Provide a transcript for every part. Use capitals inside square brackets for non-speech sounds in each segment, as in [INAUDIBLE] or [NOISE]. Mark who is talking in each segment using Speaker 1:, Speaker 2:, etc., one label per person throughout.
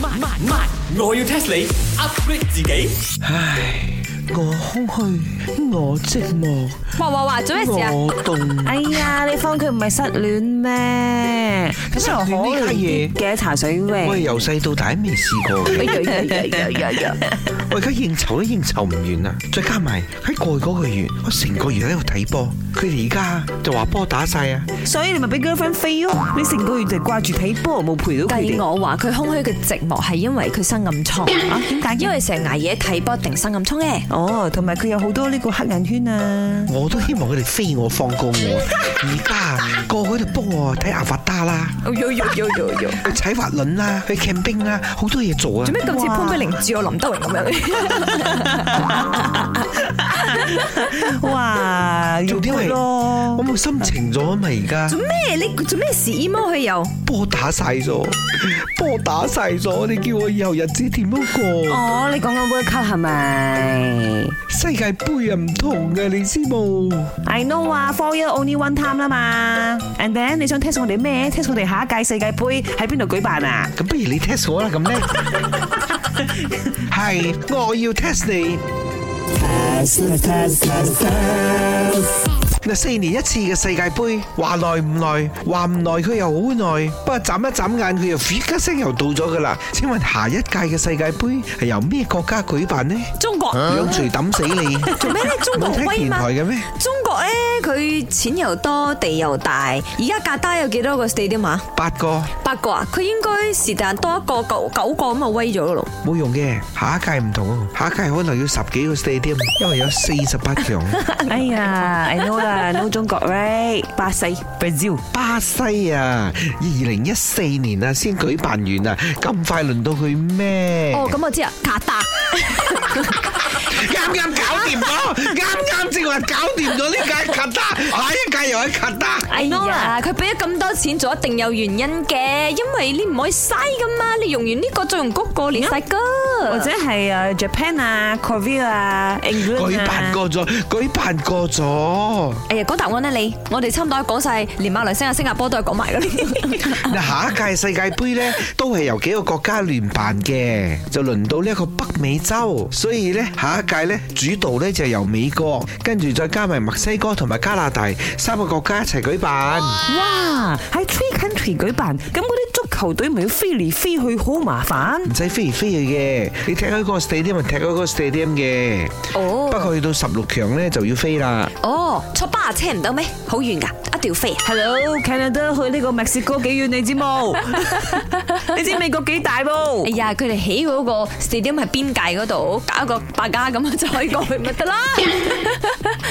Speaker 1: 慢慢慢，我要 test 你 upgrade 自己。
Speaker 2: 唉，我空虛，我寂寞，
Speaker 3: 哇哇哇！做咩事啊？
Speaker 2: 我凍。
Speaker 4: 哎呀，你方佢唔係失戀咩？
Speaker 2: 失
Speaker 4: 咁又
Speaker 2: 戀呢
Speaker 4: 可
Speaker 2: 家
Speaker 4: 憐
Speaker 2: 嘢
Speaker 4: 嘅茶水
Speaker 2: 我
Speaker 4: 泳。
Speaker 2: 由細到大都未試過嘅，
Speaker 4: [LAUGHS]
Speaker 2: 我而家應酬都應酬唔完啊！再加埋喺過去嗰個月，我成個月喺度睇波，佢哋而家就話波打晒啊！
Speaker 4: 所以你咪俾 girlfriend 飛咯，你成個月就掛住睇波，冇陪到佢
Speaker 3: 計
Speaker 4: 哋。
Speaker 3: 我話佢空虛嘅寂寞係因為佢生暗瘡啊？點解？因為成日捱夜睇波定生暗瘡嘅。
Speaker 4: 哦，同埋佢有好多呢個黑眼圈 [LAUGHS] 啊！
Speaker 2: 我都希望佢哋飛我放過我，而家個個喺度幫我睇阿法達啦，
Speaker 3: 呦呦呦呦呦！
Speaker 2: 去踩滑輪啦，去 camping 啦，好多嘢做啊！
Speaker 3: [LAUGHS] 做咩咁似潘碧玲住我林德榮咁樣？
Speaker 4: 哇，
Speaker 2: 做啲
Speaker 4: 要
Speaker 2: 嚟
Speaker 4: 咯
Speaker 2: 我。冇心情咗啊嘛，而家
Speaker 3: [LAUGHS] 做咩？你做咩事 emo 佢又？
Speaker 2: 波打晒咗，波打晒咗，你叫我以後日子點樣過？
Speaker 4: 哦，你講緊 World Cup 係咪
Speaker 2: 世界盃啊唔同嘅，你知冇？
Speaker 4: ？I know 啊，Four Year Only One Time 啦嘛。And then 你想 test 我哋咩？test 我哋下一屆世界盃喺邊度舉辦啊？
Speaker 2: 咁不如你 test 我啦，咁咧係我要 test 你。嗱，四年一次嘅世界盃，話耐唔耐，話唔耐佢又好耐，不過眨一眨眼佢又一聲又到咗噶啦。請問下一屆嘅世界盃係由咩國家舉辦呢？
Speaker 3: 中國
Speaker 2: 兩錘抌死你！
Speaker 3: [LAUGHS] 做咩咧？中國
Speaker 2: 冇
Speaker 3: 好
Speaker 2: 聽
Speaker 3: 威
Speaker 2: 電
Speaker 3: 嘛
Speaker 2: 台？嘅咩？
Speaker 3: 中國咧，佢錢又多，地又大。而家格打有幾多個 stadium 啊？
Speaker 2: 八個
Speaker 3: 八個啊？佢應該是但多一個九九個咁啊，威咗咯。
Speaker 2: 冇用嘅，下一屆唔同，下一屆可能要十幾個 stadium，因為有四十八強。
Speaker 4: [LAUGHS] 哎呀，I know 啦，no 中國 right，巴西 Brazil。
Speaker 2: 巴西啊，二零一四年啊先舉辦完啊，咁快輪到佢咩？
Speaker 3: 哦，咁我知啊，格打。
Speaker 2: 啱啱搞掂咗，啱啱正話搞掂咗呢屆卡達，下一屆又係卡達。
Speaker 3: 哎呀
Speaker 4: No 啦，
Speaker 3: 佢俾咗咁多錢，就一定有原因嘅，因為你唔可以嘥噶嘛，你用完呢個再用嗰個，連晒噶。
Speaker 4: 或者係誒 Japan 啊、Korea 啊、England
Speaker 2: 舉
Speaker 4: 啊
Speaker 2: 辦過咗，舉辦過咗。
Speaker 3: 哎呀，講答案啦你，我哋差唔多講晒，連馬來西亞、新加坡都係講埋嗰啲。
Speaker 2: 嗱，下一屆世界盃呢，都係由幾個國家聯辦嘅，就輪到呢一個北美洲，所以呢，下一屆呢，主導呢就係由美國，跟住再加埋墨西哥同埋加拿大三個國家一齊舉辦。
Speaker 4: 哇，喺 Three Country 舉辦，咁嗰啲足球隊咪要飛嚟飛去，好麻煩。
Speaker 2: 唔使飛嚟飛去嘅，你踢開個 stadium 咪踢開個 stadium 嘅。
Speaker 3: [LAUGHS] [LAUGHS] 哦
Speaker 2: 不過去到十六強呢，就要飛啦。
Speaker 3: 哦，坐巴士車唔得咩？好遠噶，一定要飛啊。
Speaker 4: Hello Canada 去呢個墨西哥幾遠你知冇？你知美國幾大
Speaker 3: 哎
Speaker 4: 冇？
Speaker 3: 呀，佢哋起嗰個 stadium 係邊界嗰度，搞一個百家咁就可以過去咪 [LAUGHS] 得啦。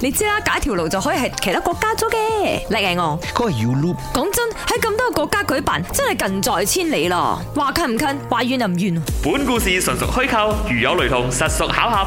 Speaker 3: 你知啦，隔一條路就可以係其他國家咗嘅。叻嘅我，
Speaker 2: 嗰個 U loop
Speaker 3: 講真喺咁多個國家舉辦，真係近在千里咯。話近唔近，話遠就唔遠。
Speaker 1: 本故事純屬虛構，如有雷同，實屬巧合。